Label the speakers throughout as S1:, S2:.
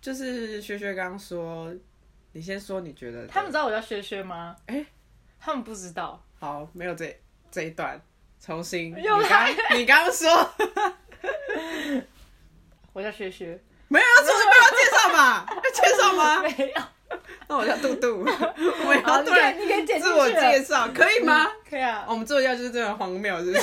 S1: 就是薛薛刚说，你先说你觉得的
S2: 他们知道我叫薛薛吗？
S1: 哎
S2: 他们不知道，
S1: 好没有这这一段，重新你
S2: 又
S1: 刚
S2: 来
S1: 你刚刚说
S2: 我叫薛薛，
S1: 没有要重新没有要介绍嘛？要介绍吗？
S2: 没有。
S1: 那我叫杜杜，我
S2: 好，
S1: 要
S2: 你嗯
S1: 对
S2: 可
S1: 人
S2: 以你可以剪进去
S1: 自
S2: 了
S1: 我介绍可以吗？
S2: 可以啊。
S1: 我们做要就是这种荒谬，是不啊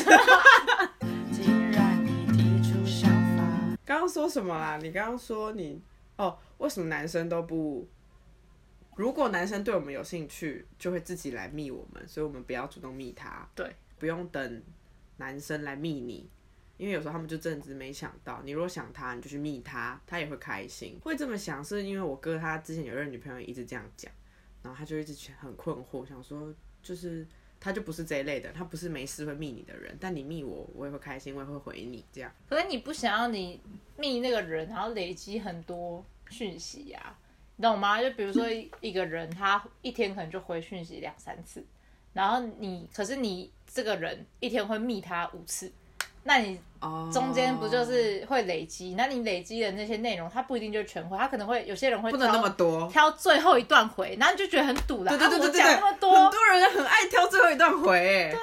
S1: 是？
S3: 既然你提出想法，
S1: 刚刚说什么啦？你刚刚说你哦，为什么男生都不？如果男生对我们有兴趣，就会自己来密我们，所以我们不要主动密他，
S2: 对，
S1: 不用等男生来密你，因为有时候他们就真的只是没想到。你如果想他，你就去密他，他也会开心。会这么想是因为我哥他之前有任女朋友一直这样讲，然后他就一直很困惑，想说就是他就不是这一类的，他不是没事会密你的人，但你密我，我也会开心，我也会回你这样。
S2: 可是你不想要你密那个人，然后累积很多讯息呀、你懂吗？就比如说一一个人，他一天可能就回讯息两三次，然后你可是你这个人一天会密他五次，那你
S1: 哦
S2: 中间不就是会累积？那你累积的那些内容，他不一定就全回，他可能会有些人会
S1: 不能那么
S2: 挑
S1: 多。
S2: 挑最后一段回，然后你就觉得很堵了。
S1: 对对对对对，
S2: 啊我讲那么
S1: 很
S2: 多，
S1: 多人很爱挑最后一段回、欸。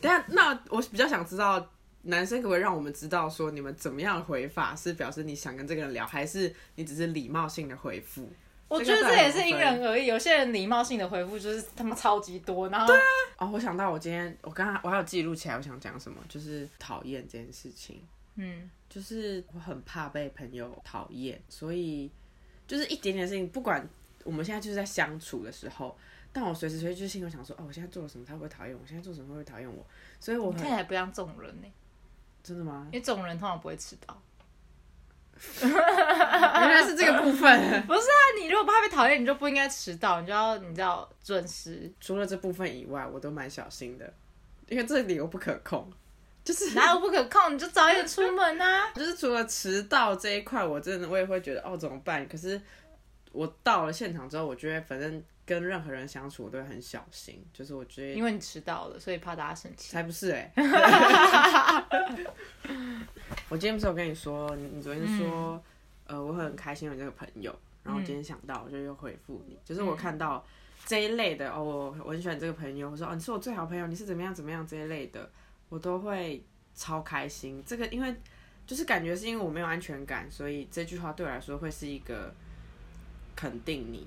S1: 对啊，等一下那我比较想知道，男生可不可以让我们知道说你们怎么样的回法是表示你想跟这个人聊，还是你只是礼貌性的回复？
S2: 我觉得这也是因人而异。有些人礼貌性的回复就是他妈超级多，然后对啊，
S1: 哦，我想到我今天我刚才我还有记录起来，我想讲什么，就是讨厌这件事情。
S2: 嗯，
S1: 就是我很怕被朋友讨厌，所以就是一点点事情，不管我们现在就是在相处的时候，但我随时随地就心里想说，哦，我现在做了什么，他会不会讨厌我？我现在做什么，会不会讨厌我？所以我
S2: 你看起
S1: 很
S2: 来不像这种人呢、
S1: 真的吗？
S2: 因为这种人通常不会迟到。
S1: 原来是这个部分。
S2: 不是啊，你如果怕被讨厌，你就不应该迟到，你就要你知道准 时。
S1: 除了这部分以外，我都蛮小心的，因为这理由不可控。就是
S2: 哪有不可控？你就早一点出门啊。
S1: 就是除了迟到这一块，我真的我也会觉得哦怎么办？可是我到了现场之后，我觉得反正跟任何人相处，我都会很小心。就是我觉得
S2: 因为你迟到了，所以怕大家生气。
S1: 才不是哎、 我今天不是有跟你说，你你昨天说，呃，我很开心有这个朋友，然后我今天想到，我就又回复你，就是我看到这一类的哦，我我很喜欢这个朋友，我说哦，你是我最好朋友，你是怎么样怎么样这一类的，我都会超开心。这个因为就是感觉是因为我没有安全感，所以这句话对我来说会是一个肯定你，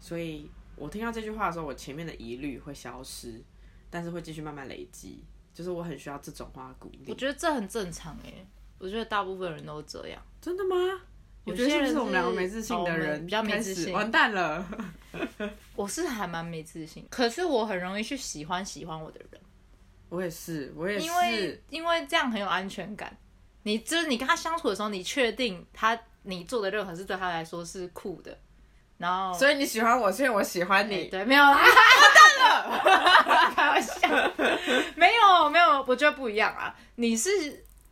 S1: 所以我听到这句话的时候，我前面的疑虑会消失，但是会继续慢慢累积。就是我很需要这种话的鼓
S2: 我
S1: 励，
S2: 觉得这很正常哎、我觉得大部分人都这样。
S1: 真的吗？我
S2: 有
S1: 觉得
S2: 些
S1: 是不
S2: 人
S1: 是我们两个
S2: 是
S1: 没自信
S2: 哦我
S1: 的
S2: 们
S1: 人
S2: 比较没
S1: 开
S2: 自
S1: 始
S2: 信
S1: 完蛋了？
S2: 我是还蛮没自信，可是我很容易去喜欢喜欢我的人，
S1: 我也是，我也
S2: 因为
S1: 是，
S2: 因为这样很有安全感。你就是你跟他相处的时候，你确定他你做的任何事对他来说是酷的，然后
S1: 所以你喜欢我，所以啊我喜欢你。
S2: 对，没有，完蛋了， 开玩笑，没有没有，我觉得不一样啊。你是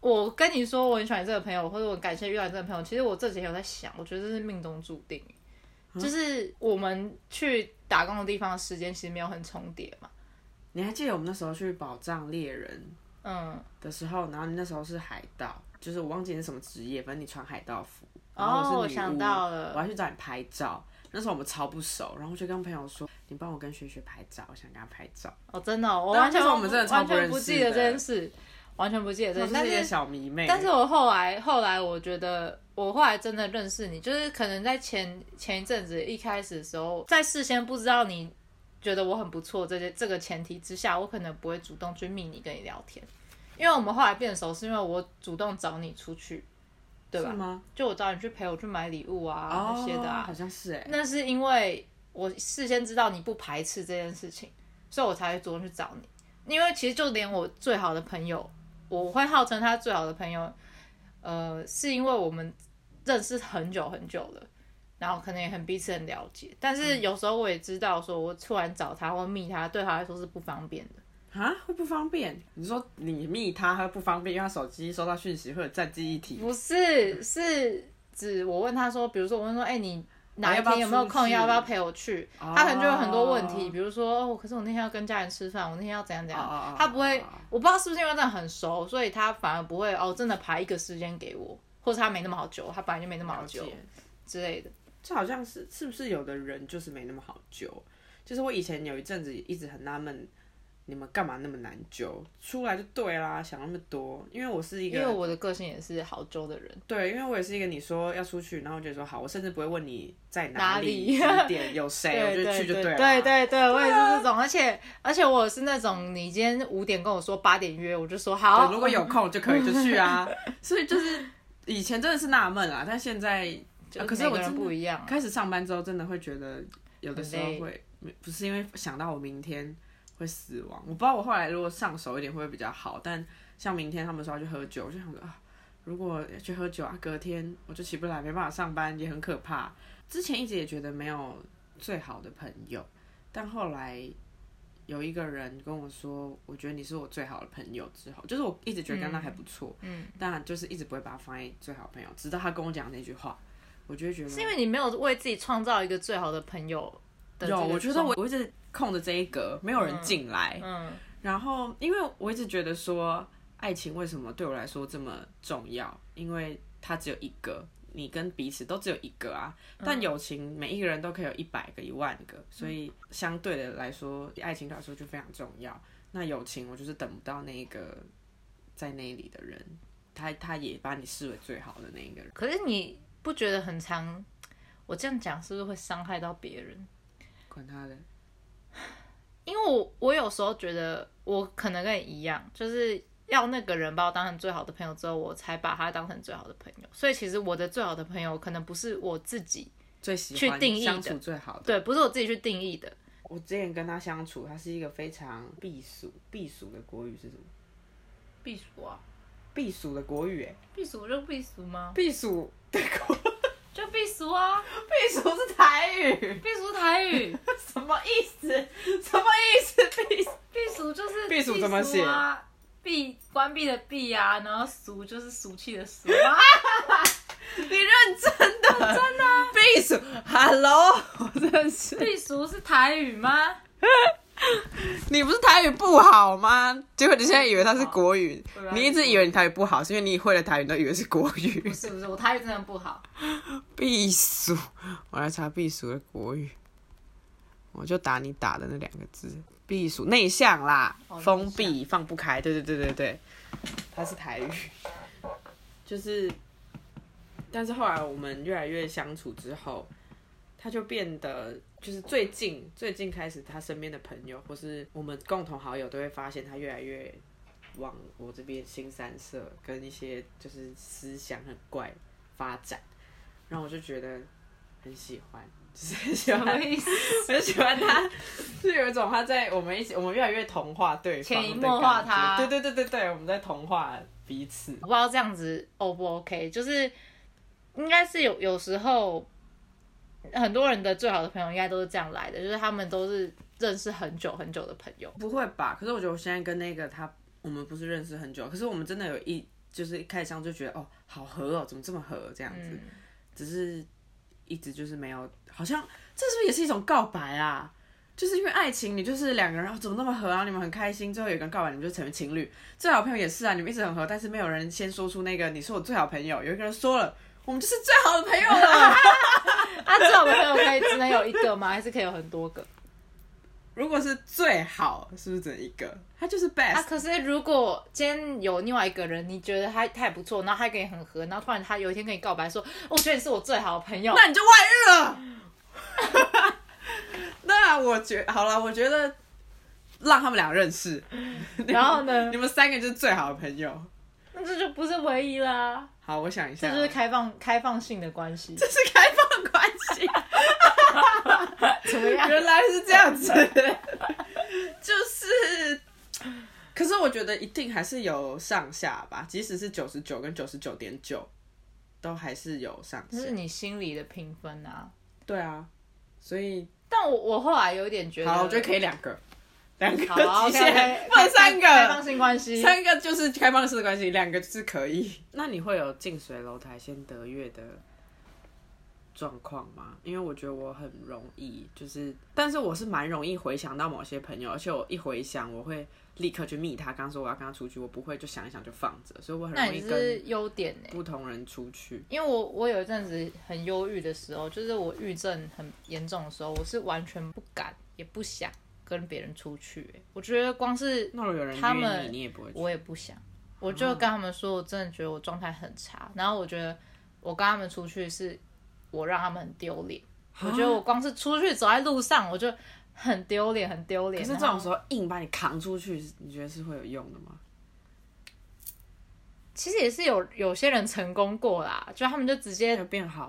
S2: 我跟你说我很喜欢这个朋友，或者我很感谢遇到你这个朋友，其实我这几天有在想，我觉得这是命中注定，
S1: 嗯
S2: 就是我们去打工的地方的时间其实没有很重叠嘛，
S1: 你还记得我们那时候去宝藏猎人
S2: 嗯，
S1: 的时候，然后你那时候是海盗，就是我忘记你是什么职业，反正你穿海盗服，然
S2: 哦，
S1: 后
S2: 我
S1: 是女巫
S2: 想到
S1: 我
S2: 了，
S1: 要去找你拍照。那时候我们超不熟，然后我就跟朋友说：“你帮我跟学学拍照，我想跟他拍照。
S2: 哦，真的哦、我
S1: 但
S2: 完全
S1: 那时候我们真的超
S2: 完
S1: 不认识
S2: 全不记得
S1: 的
S2: 这件事，完全不记得”这
S1: 那
S2: 件事，但
S1: 是一
S2: 是
S1: 个小迷妹，
S2: 但是我后来后来，我觉得我后来真的认识你，就是可能在前前一阵子一开始的时候，在事先不知道你觉得我很不错这些这个前提之下，我可能不会主动去密你跟你聊天，因为我们后来变熟是因为我主动找你出去，对
S1: 是
S2: 吧？
S1: 吗？
S2: 就我找你去陪我去买礼物啊、那些的
S1: 哦
S2: 啊
S1: 好，像是哎、
S2: 那是因为我事先知道你不排斥这件事情，所以我才会主动去找你。因为其实就连我最好的朋友，我会号称他最好的朋友，呃，是因为我们认识很久很久了，然后可能也很彼此很了解。但是有时候我也知道，说我突然找他或密他，对他来说是不方便的。
S1: 啊，会不方便？你说你密他，他不方便，因为他手机收到讯息会有占记忆体。
S2: 不是，是指我问他说，比如说我问说，哎、你
S1: 哦
S2: 哪一
S1: 要不要
S2: 天有没有
S1: 出
S2: 空，
S1: 去
S2: 要不要陪我去？
S1: 哦
S2: 他可能就有很多问题，比如说，哦，可是我那天要跟家人吃饭，我那天要怎样怎样，
S1: 哦哦哦
S2: 他不会
S1: 哦哦，
S2: 我不知道是不是因为真的很熟，所以他反而不会哦，真的排一个时间给我，或者他没那么好久，他本来就没那么好
S1: 了
S2: 久
S1: 解，
S2: 之类的。
S1: 这好像是是不是有的人就是没那么好揪？就是我以前有一阵子一直很纳闷，你们干嘛那么难揪？出来就对啦，想那么多。因为我是一
S2: 因为
S1: 个
S2: 我的个性也是好揪的人，
S1: 对，因为我也是一个你说要出去，然后我就说好，我甚至不会问你在
S2: 哪
S1: 里、
S2: 里
S1: 几点、有 谁，我
S2: 对
S1: 就
S2: 对
S1: 去就
S2: 对
S1: 了。啊
S2: 对对对，我也是这种，而且而且我是那种，你今天五点跟我说八点约，我就说好，
S1: 对，如果有空就可以就去啊。 所以就是以前真的是纳闷啊，但现在、
S2: 就
S1: 啊可是
S2: 每
S1: 我
S2: 个
S1: 真
S2: 人不
S1: 的
S2: 一样，
S1: 开始上班之后，真的会觉得有的时候
S2: 很累
S1: 会不是因为想到我明天会死亡，我不知道我后来如果上手一点会不会比较好，但像明天他们说要去喝酒，我就想说啊，如果去喝酒啊，隔天我就起不来，没办法上班，也很可怕。之前一直也觉得没有最好的朋友，但后来有一个人跟我说，我觉得你是我最好的朋友之后，就是我一直觉得跟他还不错，
S2: 嗯，
S1: 但就是一直不会把他放在最好的朋友，直到他跟我讲那句话，我就会觉得
S2: 是因为你没有为自己创造一个最好的朋友的这
S1: 有，
S2: 个
S1: 我觉得
S2: 状
S1: 我我一直空着这一格，没有人进来。
S2: 嗯
S1: 然后，因为我一直觉得说，爱情为什么对我来说这么重要？因为它只有一个，你跟彼此都只有一个啊。
S2: 嗯
S1: 但友情，每一个人都可以有一百个、一万个，所以相对的来说，爱情对我来说就非常重要。那友情，我就是等不到那一个在那里的人，他他也把你视为最好的那一个人。
S2: 可是你不觉得很常？我这样讲是不是会伤害到别人？
S1: 管他的，
S2: 因为我我有时候觉得我可能跟你一样，就是要那个人把我当成最好的朋友之后，我才把他当成最好的朋友。所以其实我的最好的朋友可能不是我自己，
S1: 最喜
S2: 去
S1: 欢
S2: 定义
S1: 相
S2: 的
S1: 处最好的。
S2: 对，不是我自己去定义的。
S1: 我之前跟他相处，他是一个非常避暑，避暑的国语是什么？
S2: 避暑啊，
S1: 避暑的国语、欸，
S2: 避暑就避暑吗？
S1: 避暑的国，
S2: 就避暑啊，
S1: 避暑是台语，
S2: 避暑台语，
S1: 什么意思？什么意思？避暑
S2: 避暑就是
S1: 避暑怎么写
S2: 避暑啊？闭关闭的闭啊，然后暑就是暑气的暑啊。
S1: 你认真的？真的、避暑，Hello，我真的是，
S2: 避暑是台语吗？
S1: 你不是台语不好吗？结果你现在以为它是国语
S2: 我来，
S1: 你一直以为你台语不好，是因为你会的台语都以为是国语
S2: 不。是不是，我台语真的不好。
S1: 避暑，我来查避暑的国语，我就打你打的那两个字，避暑内向啦，
S2: 哦内向
S1: 封闭放不开，对对对对对，它是台语，就是，但是后来我们越来越相处之后，他就变得就是最近最近开始，他身边的朋友或是我们共同好友都会发现他越来越往我这边新三色跟一些就是思想很怪发展，然后我就觉得很喜欢，就是 很喜
S2: 什么
S1: 欢，
S2: 意思？
S1: 很喜欢他，是有一种他在我们一起，我们越来越同化对方的感觉，
S2: 潜移默化他
S1: 对对对对对，我们在同化彼此，
S2: 我不知道这样子 O 不 OK，就是应该是有有时候很多人的最好的朋友应该都是这样来的，就是他们都是认识很久很久的朋友。
S1: 不会吧？可是我觉得我现在跟那个他，我们不是认识很久，可是我们真的有一就是一开始上就觉得哦，好合哦，怎么这么合这样子？
S2: 嗯，
S1: 只是一直就是没有，好像这是不是也是一种告白啊？就是因为爱情，你就是两个人、哦、怎么那么合啊？你们很开心，最后有一个人告白，你们就成为情侣。最好朋友也是啊，你们一直很合，但是没有人先说出那个你是我最好朋友。有一个人说了，我们就是最好的朋友 了。
S2: 啊，最好的朋友可以只能有一个吗？还是可以有很多个？
S1: 如果是最好，是不是只能一个？他就是 best，、
S2: 啊，可是如果今天有另外一个人，你觉得他他也不错，然后他跟你很合，然后突然他有一天跟你告白说，哦我觉得你是我最好的朋友，
S1: 那你就外遇了。 那我觉好了，我觉得让他们俩认识，
S2: 然后 呢
S1: 你，们三个就是最好的朋友。
S2: 那这就不是唯一啦，
S1: 好，我想一下
S2: 这
S1: 啊，
S2: 就是开放开放性的关系，
S1: 这是开放关 系，
S2: 怎么样？
S1: 原来是这样 子，就是。可是我觉得一定还是有上下吧，即使是九十九跟九十九点九，都还是有上
S2: 这
S1: 下
S2: 是。你心里的评分啊。
S1: 对啊，所以
S2: 但我我后来有一点觉得，
S1: 好，我觉得可以两个，两个
S2: 好 啊
S1: 极
S2: OK，OK，
S1: 限，不能三
S2: 开放
S1: 个，
S2: 性关系。
S1: 三个就是开放式的关系，两个就是可以。那你会有近水楼台先得月的状况吗？因为我觉得我很容易，就是，但是我是蛮容易回想到某些朋友，而且我一回想，我会立刻去密他。刚说我要跟他出去，我不会就想一想就放着，所以我很
S2: 那
S1: 容
S2: 你
S1: 易
S2: 是
S1: 跟
S2: 优点呢、
S1: 不同人出去。
S2: 因为我我有一阵子很忧郁的时候，就是我郁症很严重的时候，我是完全不敢也不想跟别人出去欸、我觉得光是
S1: 那如果有人
S2: 他
S1: 约
S2: 们
S1: 你，你也不会去。
S2: 我也不想，我就跟他们说，我真的觉得我状态很差，然后我觉得我跟他们出去是我让他们很丢脸，我觉得我光是出去走在路上，我就很丢脸，很丢脸。
S1: 可是这
S2: 然后
S1: 种时候硬把你扛出去，你觉得是会有用的吗？
S2: 其实也是有有些人成功过啦，就他们就直接
S1: 有变好？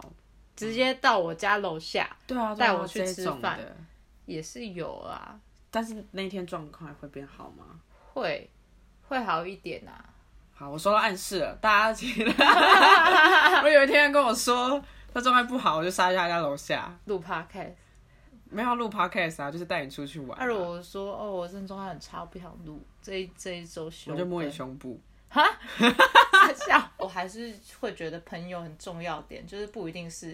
S2: 直接到我家楼下，
S1: 对啊，
S2: 带
S1: 对啊
S2: 我去
S1: 这
S2: 吃
S1: 种
S2: 饭
S1: 的。
S2: 也是有啊，
S1: 但是那天状况会变好吗？
S2: 会会好一点啊。
S1: 好，我收到暗示了，大家起 来。我有一天跟我说他状态不好，我就杀去他家楼下，
S2: 录 podcast。
S1: 没有要录 podcast 啊，就是带你出去玩、
S2: 那如果我说哦，我症状还很差，我不想录，这一这一周休，
S1: 我就摸你胸部，
S2: 下， 我还是会觉得朋友很重要点，就是不一定是，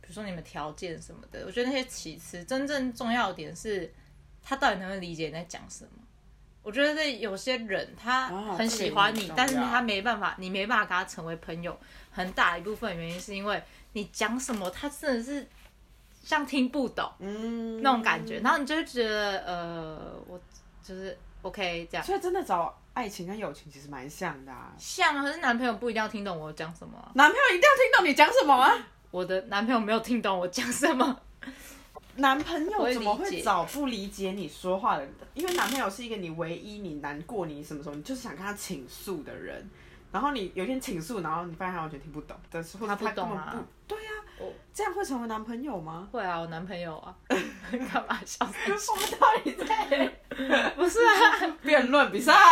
S2: 比如说你们条件什么的，我觉得那些其次，真正重要点是他到底能不能理解你在讲什么。我觉得有些人他
S1: 哦
S2: 很喜欢
S1: 这
S2: 你，
S1: 个也很重要
S2: 但是他没办法，你没办法跟他成为朋友，很大一部分原因是因为你讲什么，他真的是像听不懂。
S1: 嗯，
S2: 那种感觉，然后你就会觉得呃，我就是 OK 这样。
S1: 所以真的找爱情跟友情其实蛮像的、啊。
S2: 像啊可是男朋友不一定要听懂我讲什么啊、
S1: 男朋友一定要听懂你讲什么啊！
S2: 我的男朋友没有听懂我讲什么，
S1: 男朋
S2: 我
S1: 友
S2: 会
S1: 怎么
S2: 理
S1: 会
S2: 解
S1: 找不理解你说话的人？因为男朋友是一个你唯一你难过你什么时候你就是想跟他倾诉的人，然后你有一天倾诉，然后你发现他完全听不懂，但是或者
S2: 他不
S1: 根
S2: 懂
S1: 本
S2: 啊
S1: 不对啊
S2: 我，
S1: 这样会成为男朋友 吗？
S2: 会啊，我男朋友啊， 干嘛笑死？
S1: 我到底在
S2: 不是 啊，
S1: 辩论比赛？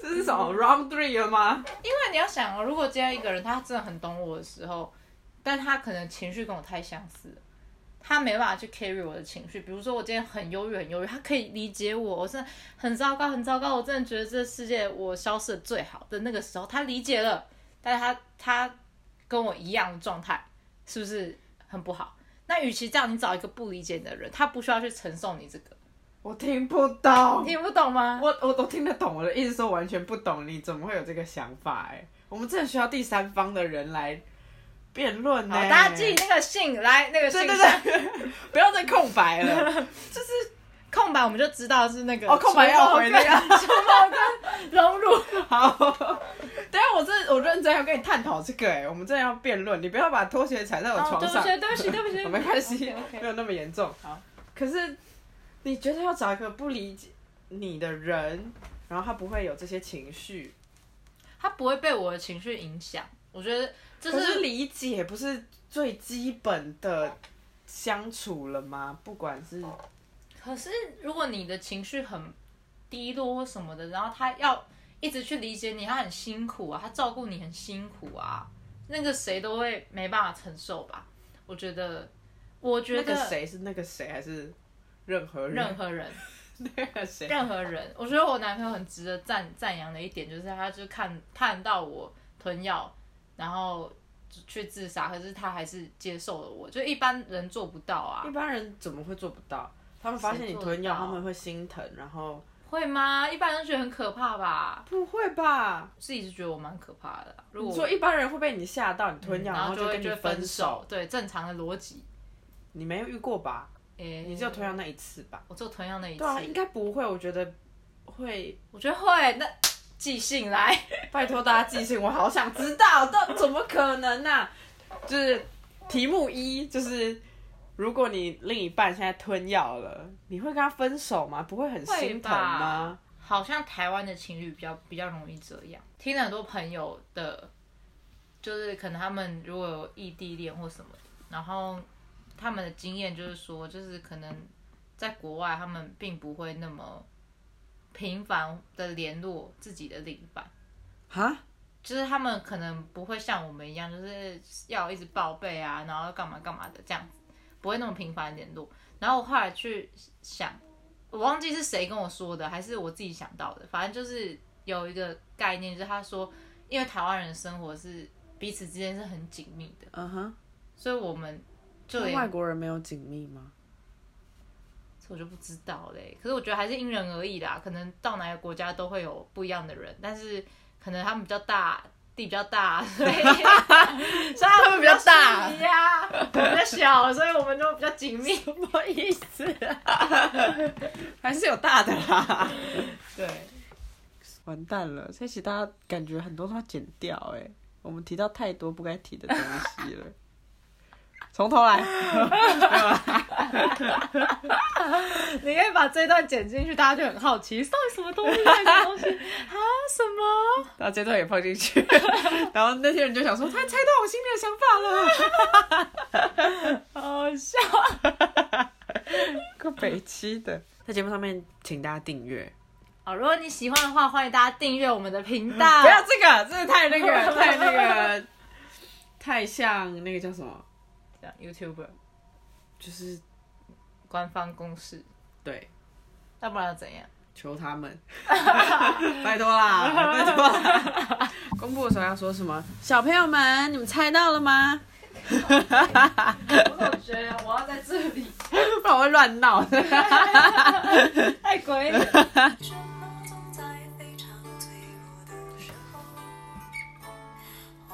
S1: 这是什么 round three 了吗？
S2: 因为你要想哦，如果今天一个人他真的很懂我的时候，但他可能情绪跟我太相似了。他没办法去 carry 我的情绪，比如说我今天很忧郁，很忧郁，他可以理解我，我真的很糟糕，很糟糕，我真的觉得这世界我消失的最好的那个时候，他理解了，但是他他跟我一样的状态，是不是很不好？那与其这样，你找一个不理解你的人，他不需要去承受你这个，
S1: 我听不懂。
S2: 听不懂吗？
S1: 我我都听得懂，我的意思是说完全不懂，你怎么会有这个想法、哎，我们真的需要第三方的人来辩论呢。
S2: 好，大家记那个信来，那个
S1: 对
S2: 信
S1: 对
S2: 箱
S1: 对， 不要再空白了。
S2: 空白我们就知道是那个
S1: 哦空白要回那 个
S2: 熊猫跟融入。
S1: 好，等一下我真的我认真要跟你探讨这个、哎，我们真的要辩论，你不要把拖鞋踩在我
S2: 哦
S1: 床
S2: 对不
S1: 上。
S2: 起，对不起，对不起，对不起
S1: 没关系
S2: OK，OK
S1: 没有那么严重。
S2: 好，
S1: 可是你觉得要找一个不理解你的人，然后他不会有这些情绪，
S2: 他不会被我的情绪影响，我觉得这
S1: 可是
S2: 是
S1: 理解不是最基本的相处了吗？不管是
S2: 可是如果你的情绪很低落或什么的，然后他要一直去理解你，他很辛苦啊，他照顾你很辛苦啊，那个谁都会没办法承受吧？我觉得，我觉
S1: 那
S2: 得
S1: 个谁是那个谁，还是任何人？
S2: 任何人。
S1: 那个谁？
S2: 任何人，我觉得我男朋友很值得赞赞扬的一点就是，他就看看到我吞药，然后就去自杀，可是他还是接受了我，就一般人做不到啊
S1: 一，般人怎么会做不到？他们发现你吞药，
S2: 谁做得到
S1: 他们会心疼，然后
S2: 会吗？一般人觉得很可怕吧，
S1: 不会吧？
S2: 自己是觉得我蛮可怕的啊、如
S1: 你
S2: 果
S1: 说一般人会被你吓到，你吞药，
S2: 嗯然
S1: 后
S2: 就会
S1: 跟你
S2: 就分
S1: 手，，
S2: 对正常的逻辑，
S1: 你没有遇过吧？
S2: 诶、
S1: 你只有吞药那一次吧？
S2: 我做同样嗯的一次，
S1: 对啊，应该不会，我觉得会。
S2: 我觉得会，那寄信来，
S1: 拜托大家寄信，我好想知道，到怎么可能呢、就是题目一，就是如果你另一半现在吞药了，你会跟他分手吗？不会很心疼吗？
S2: 好像台湾的情侣比较比较容易这样。听了很多朋友的，就是可能他们如果有异地恋或什么，然后他们的经验就是说，就是可能在国外他们并不会那么频繁的联络自己的另一半。
S1: 哈，
S2: 就是他们可能不会像我们一样，就是要一直报备啊，然后干嘛干嘛的这样子，不会那么频繁地联络。然后我后来去想，我忘记是谁跟我说的，还是我自己想到的，反正就是有一个概念，就是他说，因为台湾人生活是彼此之间是很紧密的，
S1: 嗯哼，
S2: 所以我们就
S1: 那
S2: 连
S1: 外国人没有紧密吗？
S2: 这我就不知道嘞。可是我觉得还是因人而异啦，可能到哪个国家都会有不一样的人，但是可能他们比较大，地比较大，所以所以他
S1: 们比较大
S2: 呀，我们比较小，所以我们就比较紧密。什么意思、啊
S1: 还是有大的啦。
S2: 对，
S1: 完蛋了，这一期大家感觉很多都要剪掉哎、我们提到太多不该提的东西了，从头来。
S2: 你可以把这段剪进去，大家就很好奇到底什么东西，到底什么东西啊？什么？
S1: 然后这段也放进去， 然后那些人就想说，他猜到我心里的想法了，
S2: 好哦笑。
S1: 个北七的。在节目上面，请大家订阅，
S2: 好，如果你喜欢的话，欢迎大家订阅我们的频 道。
S1: 不要这个，真的太那个，太那个，太像那个叫什么，
S2: 这样 YouTuber
S1: 就是
S2: 官方公式，
S1: 对，
S2: 要不然要怎样？
S1: 求他们， 拜托啦，拜托啦。公布的时候要说什么？小朋友们，你们猜到了吗？
S2: 我总觉得我要在这 里，
S1: 不然我会乱闹。
S2: 太诡异了。
S4: 什么总在非常脆弱的时候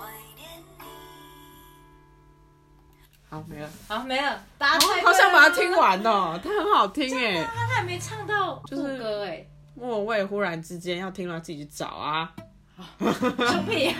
S4: 怀念你？
S1: 好，没了。
S2: 好，没了，大家猜对了
S1: 好想把它听。完哦，它很好听哎。
S2: 他还没唱到副
S1: 是
S2: 歌哎，
S1: 莫文蔚忽然之间要听了，自己去找啊。
S2: 兄弟。